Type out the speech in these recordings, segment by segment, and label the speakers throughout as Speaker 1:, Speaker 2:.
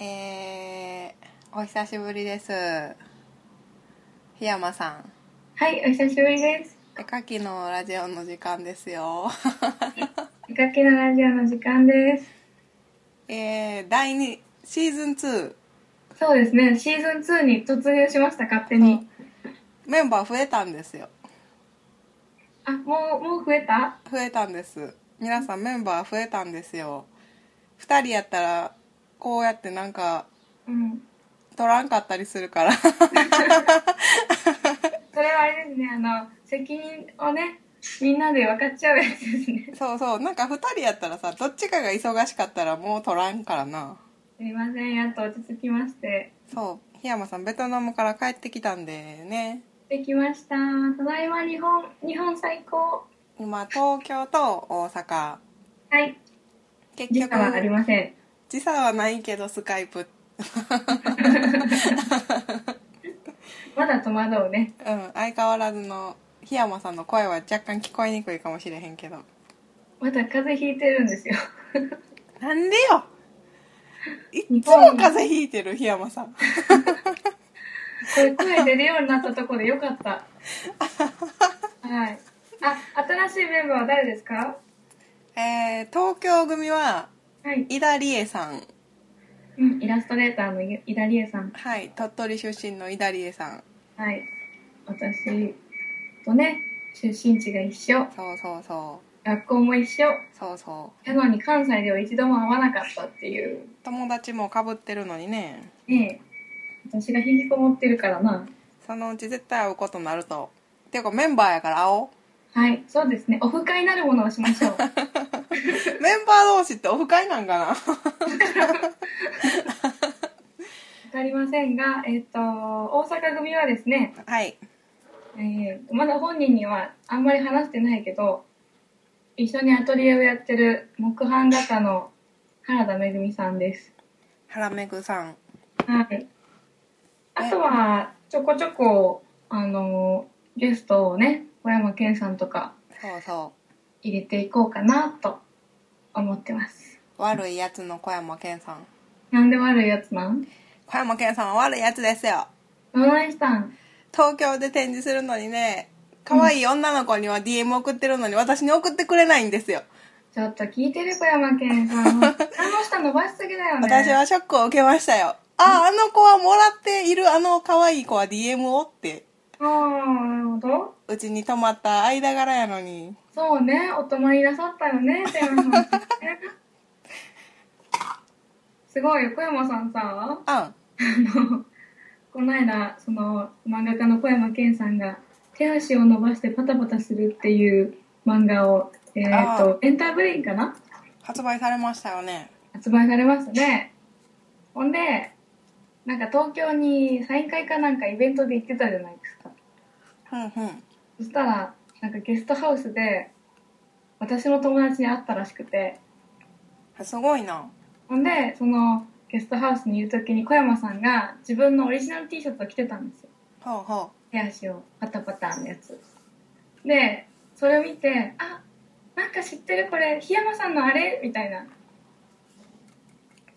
Speaker 1: えー、お久しぶりです。檜山さん。
Speaker 2: はい、お久しぶりです。
Speaker 1: 絵描きのラジオの時間ですよ。
Speaker 2: 絵描きのラジオの時間です。
Speaker 1: えー、第2、シーズン2。
Speaker 2: そうですね、シーズン2に突入しました、勝手に。
Speaker 1: メンバー増えたんですよ。
Speaker 2: あ、もう、もう増えた
Speaker 1: 増えたんです。皆さんメンバー増えたんですよ。2人やったら、こうやってなんか、
Speaker 2: うん。
Speaker 1: 取らんかったりするから。
Speaker 2: それはあれですね、あの、責任をね、みんなで分かっちゃうやつですね。
Speaker 1: そうそう、なんか2人やったらさ、どっちかが忙しかったらもう取らんからな。
Speaker 2: すいません、やっと落ち着きまして。
Speaker 1: そう、檜山さんベトナムから帰ってきたんでね。
Speaker 2: できました。ただいま日本、日本最高。
Speaker 1: 今東京と大阪
Speaker 2: はい、
Speaker 1: 結
Speaker 2: 時
Speaker 1: 局
Speaker 2: 間はありません。
Speaker 1: 時差はないけどスカイプ
Speaker 2: まだ戸惑うね。
Speaker 1: うん相変わらずの檜山さんの声は若干聞こえにくいかもしれへんけど
Speaker 2: まだ風邪ひいてるんですよ。
Speaker 1: なんでよいっつも風邪ひいてる檜山さん
Speaker 2: これ声出るようになったところでよかった。はい。あ、新しいメンバーは誰ですか。
Speaker 1: えー、東京組は
Speaker 2: はい。
Speaker 1: 井田理恵さん
Speaker 2: うん、イラストレーターのい井田理恵さん。
Speaker 1: はい鳥取出身の井田理恵さん
Speaker 2: はい。私とね、出身地が一緒、
Speaker 1: そうそうそう
Speaker 2: 学校も一緒。
Speaker 1: そうそう
Speaker 2: なのに関西では一度も会わなかったっていう。
Speaker 1: 友達もかぶってるのにね
Speaker 2: ねえ。私が引きこもってるからな。
Speaker 1: そのうち絶対会うことになるとっていうかメンバーやから会おう
Speaker 2: はい、そうですね。オフ会なるものをしましょう。
Speaker 1: メンバー同士ってオフ会なんかな
Speaker 2: わかりませんが、えっ、と、大阪組はですね、
Speaker 1: はい
Speaker 2: えーまだ本人にはあんまり話してないけど一緒にアトリエをやってる木版画家の原田めぐみさんです
Speaker 1: 原めぐさん
Speaker 2: はいあとはちょこちょこあのーゲストをね小山健さんとか
Speaker 1: そうそ
Speaker 2: 入れていこうかなと思ってます
Speaker 1: う悪いやつの小山健さん
Speaker 2: なんで悪いやつなん
Speaker 1: 小山健さんは悪いやつですよ
Speaker 2: どないしたん
Speaker 1: 東京で展示するのにね可愛い女の子には DM 送ってるのに私に送ってくれないんですよ、
Speaker 2: ちょっと聞いてる小山 健さんあの下伸ばしすぎだよね
Speaker 1: 私はショックを受けましたよあああの子はもらっているあの可愛い子は DM をって
Speaker 2: ああなるほど
Speaker 1: うちに泊まった間柄やのに
Speaker 2: そうね、お泊まりなさったよね、テラさんね。すごい、小山さんさ、
Speaker 1: あん
Speaker 2: この間、その、漫画家の小山健さんが、手足を伸ばしてパタパタするっていう漫画を、えっ、と、エンターブレインかな
Speaker 1: 発売されましたよね
Speaker 2: 発売されますね。ほんで、なんか東京にサイン会かなんかイベントで行ってたじゃないですか。
Speaker 1: うんうん
Speaker 2: そしたら、なんかゲストハウスで、私の友達に会ったらしくて、
Speaker 1: すごいな
Speaker 2: ほんでそのゲストハウスにいる時に小山さんが自分のオリジナル T シャツを着てたんですよ
Speaker 1: ほうほ
Speaker 2: 手足をパタパタのやつでそれを見て「あなんか知ってるこれ檜山さんのあれ?」みたいな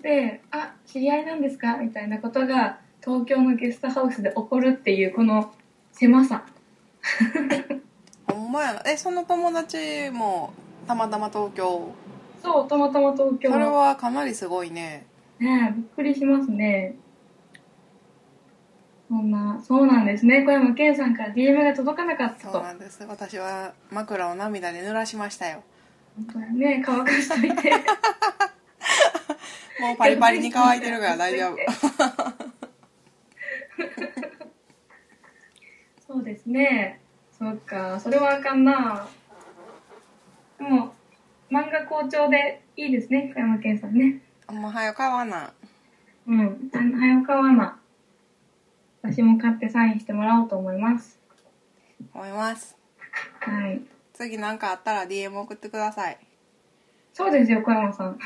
Speaker 2: で「あ知り合いなんですか?」みたいなことが東京のゲストハウスで起こるっていうこの狭さ
Speaker 1: うほんまやなえその友達もたまたま東京
Speaker 2: そうたまたま東京
Speaker 1: それ
Speaker 2: の
Speaker 1: はかなりすごいね
Speaker 2: ねえびっくりしますねそんなそうなんですね小山健さんから DM が届かなかった
Speaker 1: そう
Speaker 2: と
Speaker 1: なんです私は枕を涙で濡らしましたよ
Speaker 2: 本当にね乾かしと いて
Speaker 1: もうパリパリに乾いてる から大丈夫
Speaker 2: そうですねそっかそれはあかんなでも漫画好調でいいですね小山健さんね
Speaker 1: もう早く買わな
Speaker 2: うんあの早川アナ私も買ってサインしてもらおうと思います
Speaker 1: 思います
Speaker 2: はい
Speaker 1: 次何かあったら DM 送ってください
Speaker 2: そうですよ小山さん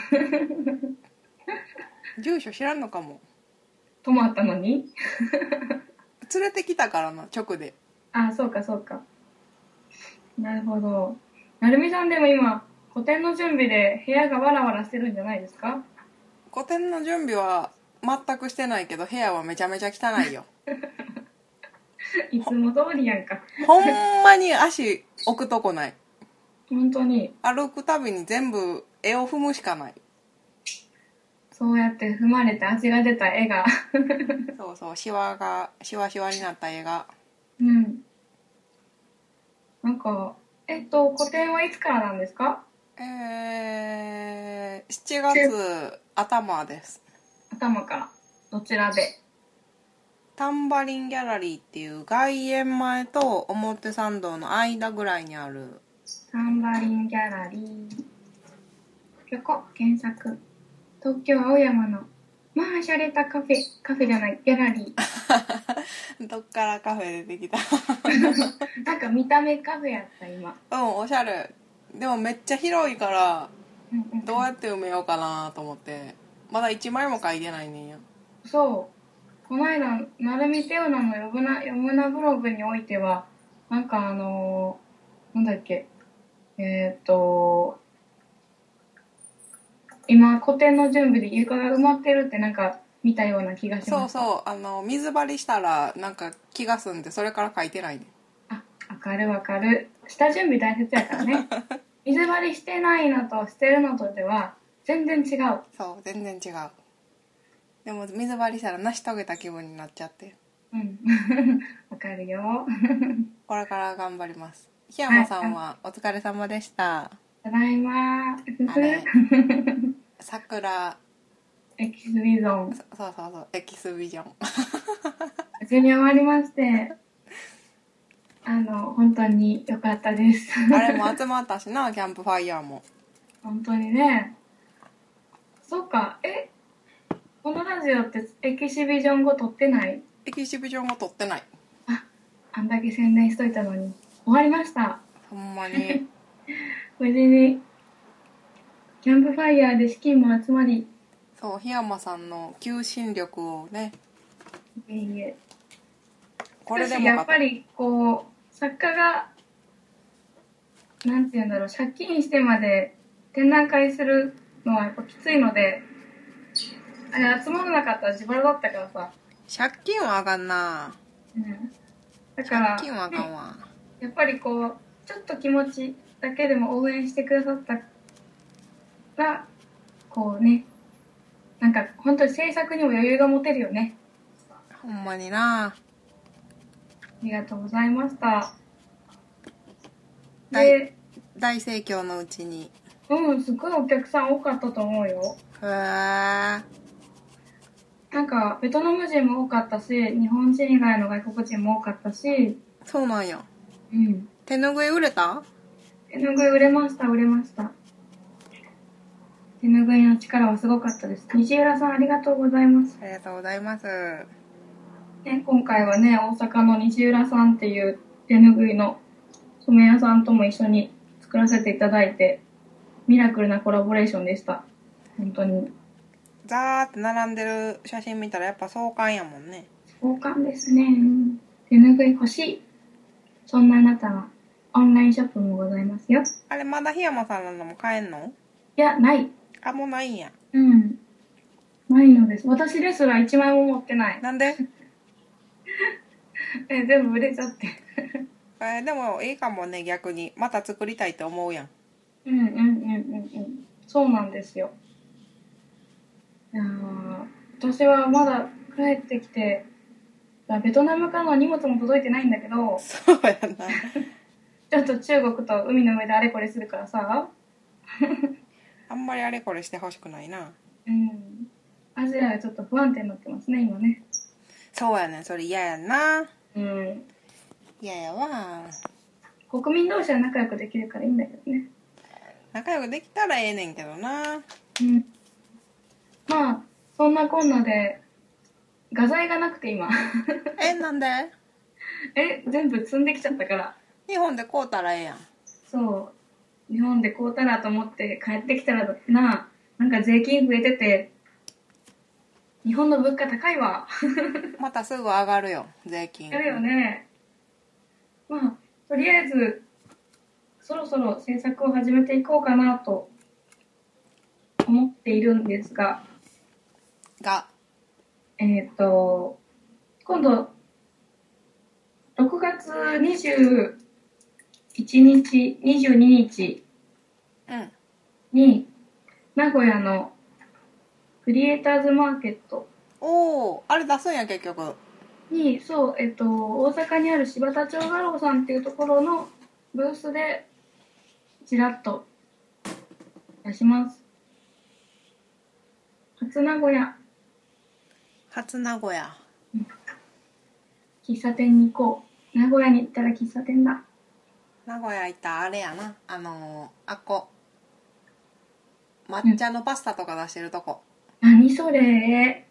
Speaker 1: 住所知らんのかも
Speaker 2: 泊まったのに
Speaker 1: 連れてきたからな直で
Speaker 2: あそうかそうかなるほどなるみさんでも今個展の準備で部屋がわらわらしてるんじゃないですか
Speaker 1: 個展の準備は全くしてないけど部屋はめちゃめちゃ汚い よ
Speaker 2: いつも通りやんか。
Speaker 1: ほんまに足置くとこない
Speaker 2: 本当に、
Speaker 1: 歩くたびに全部絵を踏むしかない
Speaker 2: そうやって踏まれて味が出た絵が。
Speaker 1: そうそうシワがシワシワになった絵が
Speaker 2: うん。なんか、えっと、個展はいつからなんですか
Speaker 1: えー、7月頭です
Speaker 2: 頭から。どちらで。
Speaker 1: タンバリンギャラリーっていう外苑前と表参道の間ぐらいにある
Speaker 2: タンバリンギャラリー。横、検索。東京青山の、まあ、洒落たカフェ、カフェじゃない、ギャラリー。
Speaker 1: どっからカフェ出てきた
Speaker 2: なんか見た目カフェやった、今。
Speaker 1: うんおしゃれでもめっちゃ広いから
Speaker 2: うんうんうん
Speaker 1: どうやって埋めようかなと思ってまだ1枚も書いてないねんや
Speaker 2: そう。この間、なるみてよなのよぶな、よぶなブログにおいては、なんかあのーなんだっけ、えーっと、今、個展の準備で床が埋まってるってなんか見たような気がし
Speaker 1: そ
Speaker 2: ま
Speaker 1: う
Speaker 2: した。う。
Speaker 1: そうあの水張りしたらなんか気が済んでそれから書いてないね
Speaker 2: あ、わかるわかる。下準備大切やか らね。水張りしてないのとしてるのとでは、全然違う。
Speaker 1: そう全然違うでも水張りしたら成し遂げた気分になっちゃって
Speaker 2: うん。 わかるよ。
Speaker 1: これから頑張ります檜山さんはお疲れ様でした
Speaker 2: ただいま
Speaker 1: あれさくら
Speaker 2: エキスビゾン。
Speaker 1: そそうそうそうエキスビジョン
Speaker 2: 無事に終わりまして、あの、本当に良かったです。
Speaker 1: あれも集まったしなキャンプファイヤーも
Speaker 2: 本当にね。そうか、えこのラジオってエキシビジョン後撮ってない
Speaker 1: エキシビジョンも撮ってない
Speaker 2: あんだけ宣伝しといたのに。終わりました。
Speaker 1: ほんまに
Speaker 2: 無事に、キャンプファイヤーで資金も集まり、
Speaker 1: そう檜山さんの求心力をね
Speaker 2: いえいえ。
Speaker 1: これでも
Speaker 2: しかしや
Speaker 1: か
Speaker 2: っぱりこう作家がなんて言うんだろう借金してまで展覧会するのはやっぱきついのであれ集まらなかったら自腹だったからさ、
Speaker 1: 借金はあかんな
Speaker 2: うん、だから、
Speaker 1: 借金はあかん
Speaker 2: ね
Speaker 1: わ
Speaker 2: やっぱりこうちょっと気持ちだけでも応援してくださったらこうねなんか本当に制作にも余裕が持てるよね
Speaker 1: ほんまにな
Speaker 2: ありがとうございましたで、
Speaker 1: はい大盛況のうちに
Speaker 2: うん、すごいお客さん多かったと思うよ。
Speaker 1: へえ
Speaker 2: なんか、ベトナム人も多かったし、日本人以外の外国人も多かったし、
Speaker 1: そうなんや
Speaker 2: うん。
Speaker 1: 手ぬぐい売れた
Speaker 2: 手ぬぐい売れました、売れました。手ぬぐいの力はすごかったです。西浦さん、ありがとうございます。
Speaker 1: ありがとうございます
Speaker 2: ね、今回はね、大阪の西浦さんっていう手ぬぐいの染め屋さんとも一緒に作らせていただいて、ミラクルなコラボレーションでした。本当に。
Speaker 1: ザーって並んでる写真見たらやっぱ壮観やもんね
Speaker 2: 交換ですね。手ぬぐい欲しい。そんなあなたは、オンラインショップもございますよ。い
Speaker 1: あれまだ檜山さんなのも買えんの
Speaker 2: や、ない。
Speaker 1: あもうないんや
Speaker 2: うん。ないのです。私ですら1枚も持ってない。
Speaker 1: なんで、
Speaker 2: え、全部売れちゃって。
Speaker 1: えーでもいいかもね逆にまた作りたいと思うやん
Speaker 2: うんうんうんうんうん。そうなんですよ。いやー私はまだ帰ってきて、あベトナムからの荷物も届いてないんだけど、
Speaker 1: そうやな
Speaker 2: ちょっと中国と海の上であれこれするからさ、
Speaker 1: あんまりあれこれしてほしくないな
Speaker 2: うん。アジアがちょっと不安定になってますね、今ね。
Speaker 1: そうやねんそれ嫌やな
Speaker 2: うん。
Speaker 1: 嫌やわ
Speaker 2: 国民同士は仲良くできるからいいんだけどね。
Speaker 1: 仲良くできたらええねんけどな
Speaker 2: うん。まあ、そんなこんなで、画材がなくて今。
Speaker 1: えなんで
Speaker 2: え、全部積んできちゃったから。
Speaker 1: 日本で買うたらええやん
Speaker 2: そう。日本で買うたらと思って帰ってきたらな、なんか税金増えてて、日本の物価高いわ。
Speaker 1: またすぐ上がるよ税金
Speaker 2: やるよね。まあ、とりあえず、そろそろ制作を始めていこうかなと思っているんですが、
Speaker 1: が
Speaker 2: えっ、と、今度、6月21日、22日
Speaker 1: うん
Speaker 2: に、名古屋のクリエイターズマーケット
Speaker 1: おおあれ出すんや結局
Speaker 2: に、そう、えっ、と、大阪にある柴田町画廊さんっていうところのブースで、ちらっと出します。初名古屋、
Speaker 1: 初名古屋
Speaker 2: 喫茶店に行こう。名古屋に行ったら喫茶店だ。
Speaker 1: 名古屋行ったあれやなあのー、あっこ抹茶のパスタとか出してるとこ、
Speaker 2: 何それ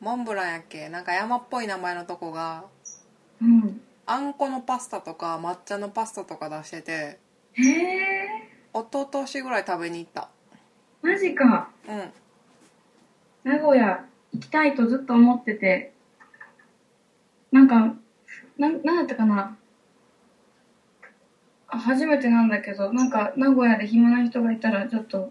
Speaker 1: モンブランやっけなんか山っぽい名前のとこが
Speaker 2: うん。
Speaker 1: あんこのパスタとか抹茶のパスタとか出してて
Speaker 2: へえ、
Speaker 1: 一昨年ぐらい食べに行った
Speaker 2: マジか。
Speaker 1: うん
Speaker 2: 名古屋行きたいとずっと思ってて。なんか、なん、なんだったかな。あ初めてなんだけど、なんか名古屋で暇な人がいたら、ちょっと、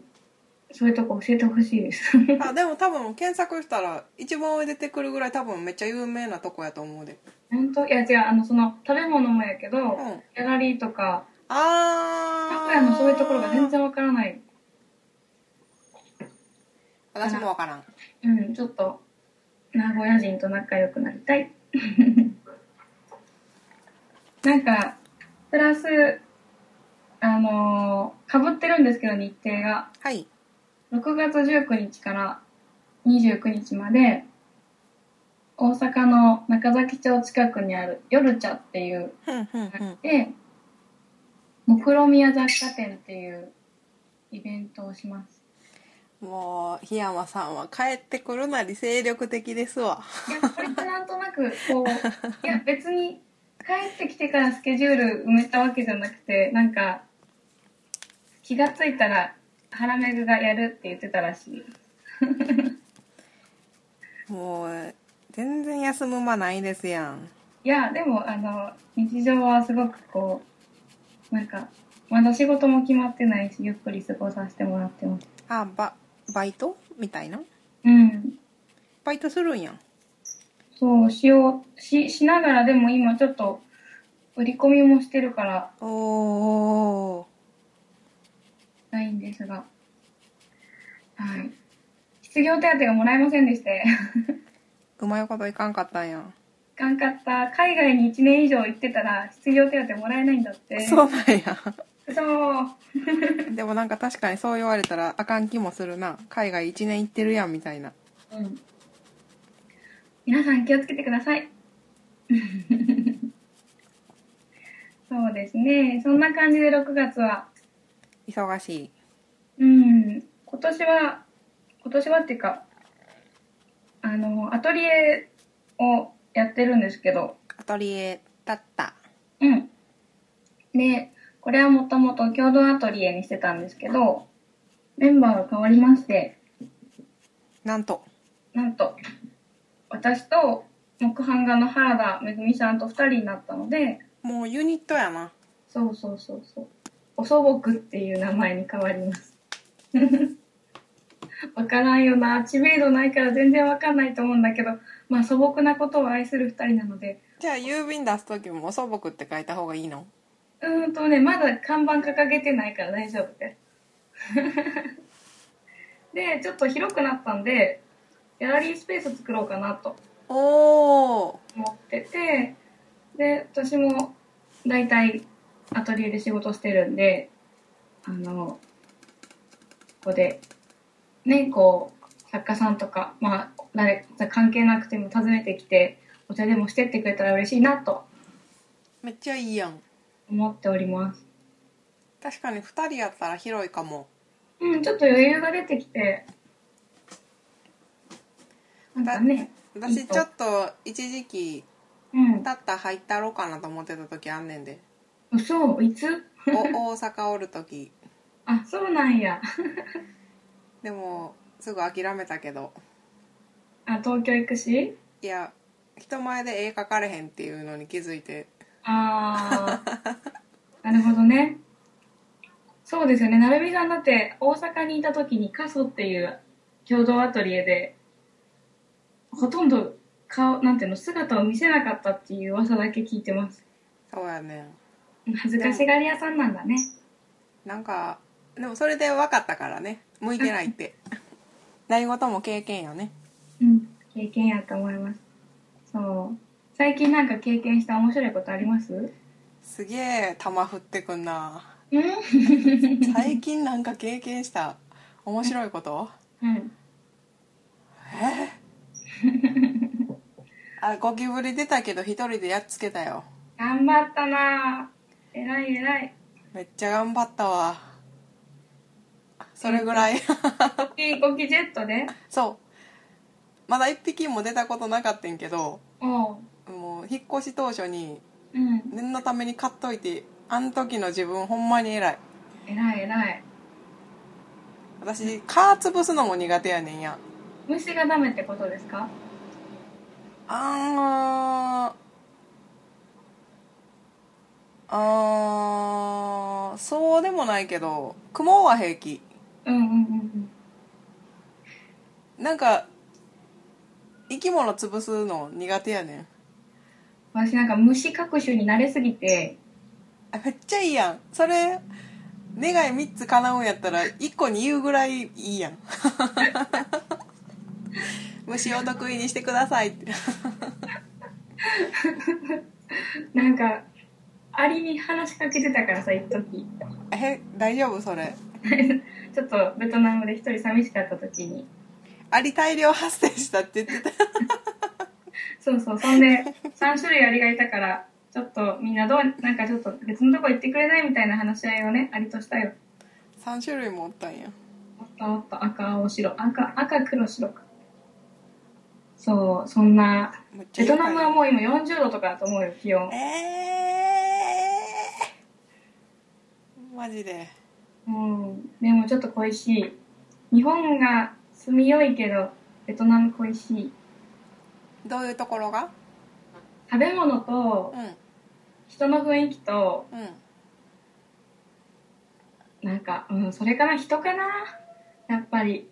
Speaker 2: そういうとこ教えてほしいです。
Speaker 1: あでも多分検索したら一番出てくるぐらい多分めっちゃ有名なとこやと思うで
Speaker 2: 本当いや違う、あの、その、食べ物もやけど、
Speaker 1: うん
Speaker 2: ギャラリーとか、
Speaker 1: あ
Speaker 2: 名
Speaker 1: ー
Speaker 2: 古屋のそういうところが全然わからない。
Speaker 1: 私もわからん
Speaker 2: うん、ちょっと、名古屋人と仲良くなりたい。 なんか、プラス、あのかぶってるんですけど、日程が。
Speaker 1: はい
Speaker 2: 6月19日から29日まで、大阪の中崎町近くにある夜茶っていう
Speaker 1: ふんふんふん
Speaker 2: で、目論見屋雑貨店っていうイベントをします。
Speaker 1: もう檜山さんは帰ってくるなり精力的ですわ
Speaker 2: いやこれってなんとなくこういや別に帰ってきてからスケジュール埋めたわけじゃなくてなんか気がついたら原めぐがやるって言ってたらしい
Speaker 1: もう全然休む間ないですやん
Speaker 2: いやでもあの日常はすごくこうなんかまだ仕事も決まってないしゆっくり過ごさせてもらってます
Speaker 1: あババイトみたいな
Speaker 2: うん
Speaker 1: バイトするんやん
Speaker 2: そうしようししながらでも今ちょっと売り込みもしてるから
Speaker 1: おお
Speaker 2: ないんですがはい失業手当がもらえませんでして
Speaker 1: うまいこといかんかったんやん、
Speaker 2: いかんかった海外に1年以上行ってたら失業手当もらえないんだって
Speaker 1: そうなんや
Speaker 2: そう
Speaker 1: でもなんか確かにそう言われたらあかん気もするな海外1年行ってるやんみたいな
Speaker 2: うん皆さん気をつけてください そうですねそんな感じで6月は
Speaker 1: 忙しい
Speaker 2: うん今年は今年はっていうかあのアトリエをやってるんですけど
Speaker 1: アトリエだった
Speaker 2: うん。で、これはもともと共同アトリエにしてたんですけど、メンバーが変わりまして、
Speaker 1: なんと
Speaker 2: なんと、私と木版画の原田めぐみさんと二人になったので、
Speaker 1: もうユニットやな
Speaker 2: そうそうそうそう。おそぼくっていう名前に変わります。 わからんよな。知名度ないから全然わかんないと思うんだけど、まあ素朴なことを愛する二人なので、
Speaker 1: じゃあ郵便出す時も「素朴」って書いた方がいいの
Speaker 2: うーんとね、まだ看板掲げてないから大丈夫です。 で、ちょっと広くなったんで、ギャラリースペース作ろうかなと
Speaker 1: おお
Speaker 2: 思ってて、で、私も大体アトリエで仕事してるんで、あの、ここで、ね、こう、作家さんとか、まあ、誰、関係なくても訪ねてきて、お茶でもしてってくれたら嬉しいなと
Speaker 1: めっちゃいいやん
Speaker 2: 思っております。
Speaker 1: 確かに2人やったら広いかも
Speaker 2: うん、ちょっと余裕が出てきて。なんかね、い
Speaker 1: 私
Speaker 2: いと
Speaker 1: ちょっと一時期
Speaker 2: うん。
Speaker 1: たった入ったろうかなと思ってた時あんねんで
Speaker 2: 嘘、いつ
Speaker 1: お大阪おる時
Speaker 2: あ、そうなんや。
Speaker 1: でもすぐ諦めたけど
Speaker 2: あ、東京行くし
Speaker 1: いや人前で絵描かれへんっていうのに気づいて
Speaker 2: あー。なるほどね。そうですよね。なるみさんだって、大阪にいた時にカソっていう共同アトリエで、ほとんど顔なんていうの姿を見せなかったっていう噂だけ聞いてます
Speaker 1: そうやね
Speaker 2: 恥ずかしがり屋さんなんだね
Speaker 1: なんかでもそれで分かったからね向いてないって何事も経験よね
Speaker 2: うん経験やと思いますそう最近なんか経験した面白いことありますうん
Speaker 1: すげえ球振ってくんな最近なんか経験した面白いこと
Speaker 2: うん
Speaker 1: えあゴキブリ出たけど一人でやっつけたよ
Speaker 2: 頑張ったなぁ偉い偉い
Speaker 1: めっちゃ頑張ったわそれぐらい
Speaker 2: ゴキゴキジェットで
Speaker 1: そうまだ一匹も出たことなかったんけど
Speaker 2: おう
Speaker 1: もう引っ越し当初に
Speaker 2: うん
Speaker 1: 念のために買っといてあん時の自分ほんまに偉い
Speaker 2: 偉い偉い
Speaker 1: 私蚊潰すのも苦手やねんや
Speaker 2: 虫がダメってことですか
Speaker 1: あーあーそうでもないけど雲は平気
Speaker 2: うんうんうん
Speaker 1: なんか生き物潰すの苦手やねん
Speaker 2: うん私なんか虫各種に慣れすぎて
Speaker 1: あめっちゃいいやんそれ願い3つ叶うんやったら1個に言うぐらいいいやん 虫を得意にしてくださいって
Speaker 2: なんかアリに話しかけてたからさ一時
Speaker 1: え大丈夫それ
Speaker 2: ちょっとベトナムで一人寂しかった時に
Speaker 1: アリ大量発生したって言ってた
Speaker 2: そうそうそんで3種類アリがいたからちょっとみんなどうなんかちょっと別のとこ行ってくれないみたいな話し合いをねアリとしたよ
Speaker 1: 3種類もおったんや
Speaker 2: おったおった赤青白赤赤黒白かそうそんな
Speaker 1: めっちゃ
Speaker 2: ベ
Speaker 1: いいか
Speaker 2: ト
Speaker 1: い
Speaker 2: ナムはもう今40度とかだと思うよ気温
Speaker 1: えー、マジで
Speaker 2: うんでもちょっと恋しい日本が住みよいけどベトナム恋しい
Speaker 1: どういうところが
Speaker 2: 食べ物と
Speaker 1: うん
Speaker 2: 人の雰囲気と
Speaker 1: うん
Speaker 2: なんか、うん、それかな人かなやっぱり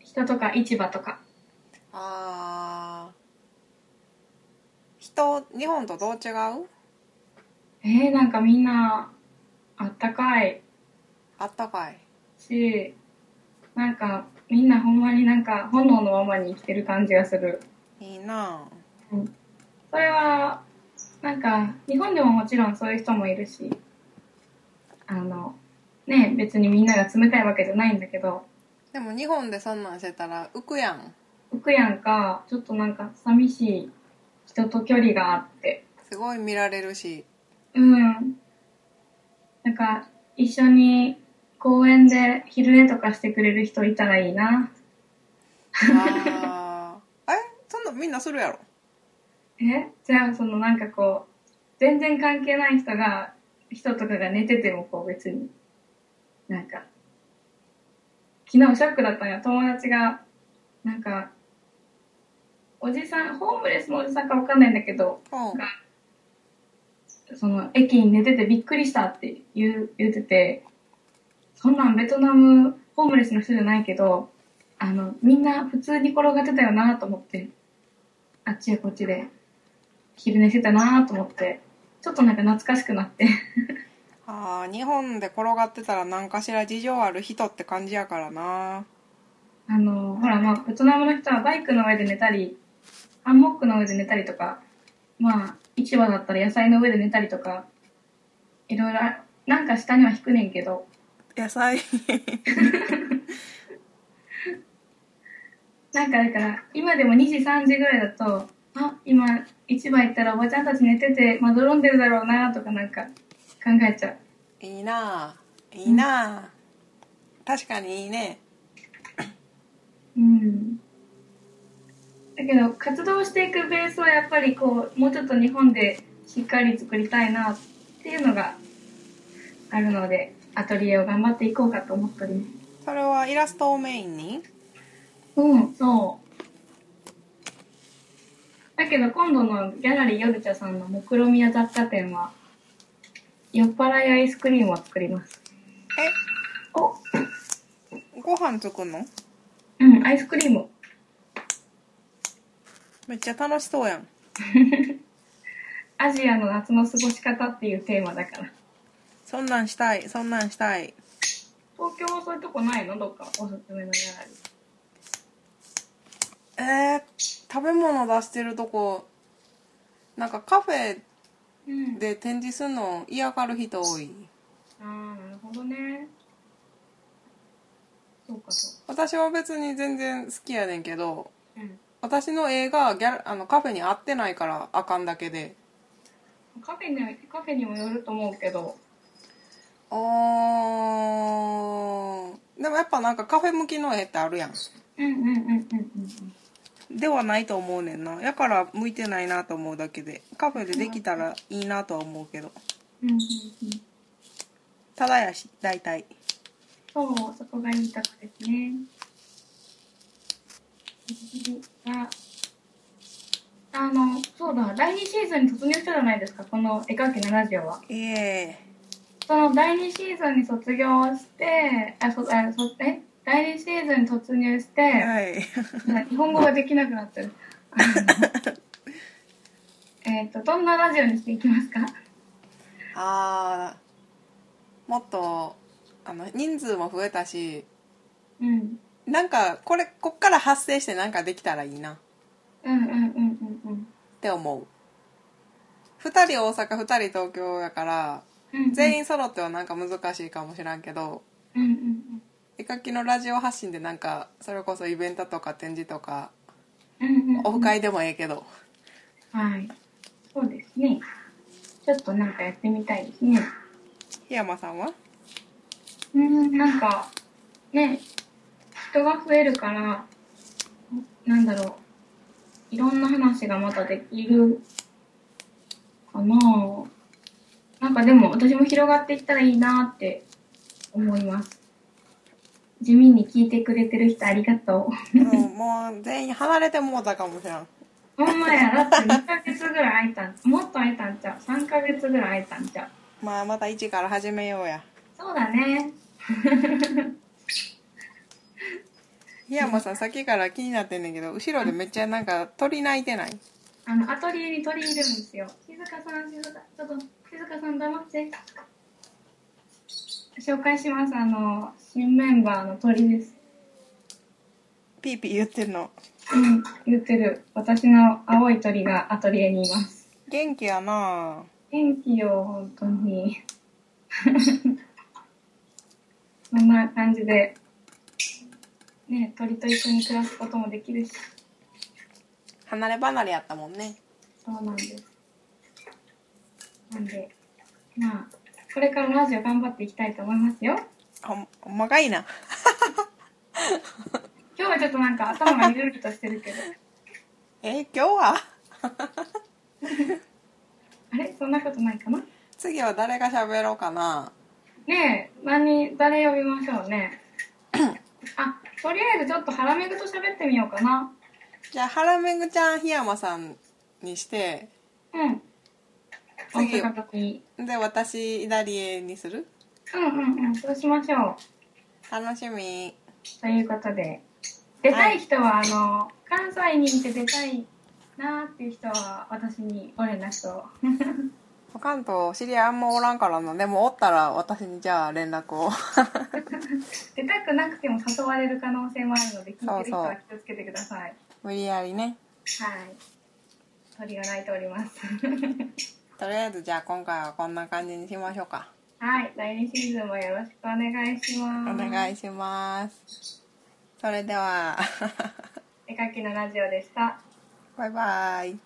Speaker 2: 人とか市場とか
Speaker 1: あー人日本とどう違う
Speaker 2: えー、なんかみんなあったかい
Speaker 1: あったかい
Speaker 2: しなんかみんなほんまになんか炎のままに生きてる感じがする
Speaker 1: いいな
Speaker 2: それはなんか日本でももちろんそういう人もいるしあのね別にみんなが冷たいわけじゃないんだけど
Speaker 1: でも日本でそんなんしてたら浮くやん
Speaker 2: 浮くやんかちょっとなんか寂しい人と距離があって
Speaker 1: すごい見られる し
Speaker 2: うんなんか一緒に公園で昼寝とかしてくれる人いたらいいな
Speaker 1: あーえそんなんみんなするやろ
Speaker 2: えじゃあそのなんかこう全然関係ない人が人とかが寝ててもこう別になんか昨日ショックだったのよ友達がなんかおじさんホームレスのおじさんかわかんないんだけど
Speaker 1: うん
Speaker 2: その駅に寝ててびっくりしたって言う言っててそんなんベトナムホームレスの人じゃないけどあのみんな普通に転がってたよなと思ってあっちやこっちで昼寝してたなと思ってちょっとなんか懐かしくなって
Speaker 1: あー日本で転がってたら何かしら事情ある人って感じやからな
Speaker 2: あのほらまあベトナムの人はバイクの上で寝たりハンモックの上で寝たりとかまあ市場だったら野菜の上で寝たりとかいろいろあなんか下には引くねんけど
Speaker 1: 野菜
Speaker 2: なんかだから今でも2時3時ぐらいだとあ今市場行ったらおばちゃんたち寝ててまどろんでるだろうなとかなんか考えちゃう
Speaker 1: いいなあいいなあ、確かにいいね
Speaker 2: うんだけど活動していくベースはやっぱりこうもうちょっと日本でしっかり作りたいなっていうのがあるのでアトリエを頑張っていこうかと思っております
Speaker 1: それはイラストをメインに
Speaker 2: うんそうだけど今度のギャラリー夜茶さんの目論見や雑貨店は酔っ払いアイスクリームを作りますお
Speaker 1: えご飯作んの
Speaker 2: うんアイスクリーム
Speaker 1: めっちゃ楽しそうやん
Speaker 2: アジアの夏の過ごし方っていうテーマだから。
Speaker 1: そんなんしたいそんなんしたい
Speaker 2: 東京はそういうとこないのどっかおすすめのギャラ
Speaker 1: えー、
Speaker 2: リー。
Speaker 1: 食べ物出してるとこなんかカフェ
Speaker 2: うん。
Speaker 1: で展示すんの嫌がる人多い
Speaker 2: ああ、なるほどね。そうかそ
Speaker 1: 私は別に全然好きやねんけど
Speaker 2: う。うん。
Speaker 1: 私の絵がギャラあのカフェに合ってないからあかんだけで
Speaker 2: カフェに、カフェにもよると思うけど。
Speaker 1: あーでもやっぱなんかカフェ向きの絵ってあるやん
Speaker 2: うんうんうんうんうん。
Speaker 1: ではないと思うねんなやから向いてないなと思うだけでカフェでできたらいいなとは思うけど
Speaker 2: うんうんうん、
Speaker 1: ただやし大体
Speaker 2: そう、そこがいいとこですね。次はあの、そうだ、第2シーズンに突入したじゃないですか、この絵描き70は。
Speaker 1: ええ
Speaker 2: その第2シーズンに卒業して、あ、そ、あ、そ、え第2シーズンに突入して、
Speaker 1: はい
Speaker 2: 日本語ができなくなってる。えっと、どんなラジオにしていきますか
Speaker 1: あーもっとあの人数も増えたし
Speaker 2: うん。
Speaker 1: なんかこれこっから発生してなんかできたらいいなっ
Speaker 2: うんうんうんうんうん
Speaker 1: て思う2人大阪2人東京やから
Speaker 2: うんうん。
Speaker 1: 全
Speaker 2: 員。
Speaker 1: 員揃ってはなんか難しいかもしらんけど
Speaker 2: うんうんうん。
Speaker 1: 絵描きのラジオ発信でなんかそれこそイベントとか展示とか
Speaker 2: うんうんうん
Speaker 1: オフ会でもええけど
Speaker 2: はい。そうですね。ちょっとなんかやってみたいですね。
Speaker 1: 檜山さんは
Speaker 2: うん、なんか、ね、人が増えるから、なんだろう。いろんな話がまたできるかななんかでも私も広がっていったらいいなって思います。地味に聞いてくれてる人ありがと
Speaker 1: うんもう全員離れてもうたかもしらん
Speaker 2: う。ほんまや、だって2ヶ月ぐらい空いたん、もっと空いたんちゃう ?3 ヶ月ぐらい空いたんちゃう
Speaker 1: まあまた一から始めようや
Speaker 2: そうだね。
Speaker 1: 檜山さんさっきから気になってんねんけど後ろでめっちゃなんか鳥鳴いてない
Speaker 2: あの、アトリエに取り入れるんですよ。静香さん、静香、ちょっと、静香さん黙って。紹介します。あの、新メンバーの鳥です。
Speaker 1: ピーピー言ってんの
Speaker 2: うん、言ってる。私の青い鳥がアトリエにいます。
Speaker 1: 元気やな
Speaker 2: 元気よ、本当に。 そんな感じで、ね、鳥と一緒に暮らすこともできるし。
Speaker 1: 離れ離れやったもんね
Speaker 2: そうなんです。なんで、まあ、これからラジオ頑張っていきたいと思いますよ。
Speaker 1: ほんほんまかいな
Speaker 2: 今日はちょっとなんか頭がゆるりとしてるけど、
Speaker 1: えー今日は
Speaker 2: あれそんなことないかな
Speaker 1: 次は誰が喋ろうかな
Speaker 2: ねえ、何、誰呼びましょうね。あ、とりあえずちょっとハラメグと喋ってみようかな。
Speaker 1: じゃあハラメグちゃん檜山さんにして
Speaker 2: うん。大
Speaker 1: 次
Speaker 2: 阪得意。
Speaker 1: で私イダリエにする
Speaker 2: うんうんうん、そうしましょう。
Speaker 1: 楽しみ
Speaker 2: ということで、出たい人は、あの、関西にいて出たいなーっていう人は、私にご連絡を。
Speaker 1: 関東知り合いあんまおらんからなでもおったら私にじゃあ連絡を
Speaker 2: 出たくなくても誘われる可能性もあるので聞いてる人
Speaker 1: そう
Speaker 2: は
Speaker 1: そ
Speaker 2: 気をつけてください
Speaker 1: 無理やりね
Speaker 2: はい鳥が鳴いております
Speaker 1: とりあえずじゃあ今回はこんな感じにしましょうか
Speaker 2: はい第2シーズンもよろしくお願いし
Speaker 1: お
Speaker 2: ます
Speaker 1: 願いしますそれでは
Speaker 2: 絵描きのラジオでした
Speaker 1: バイバイ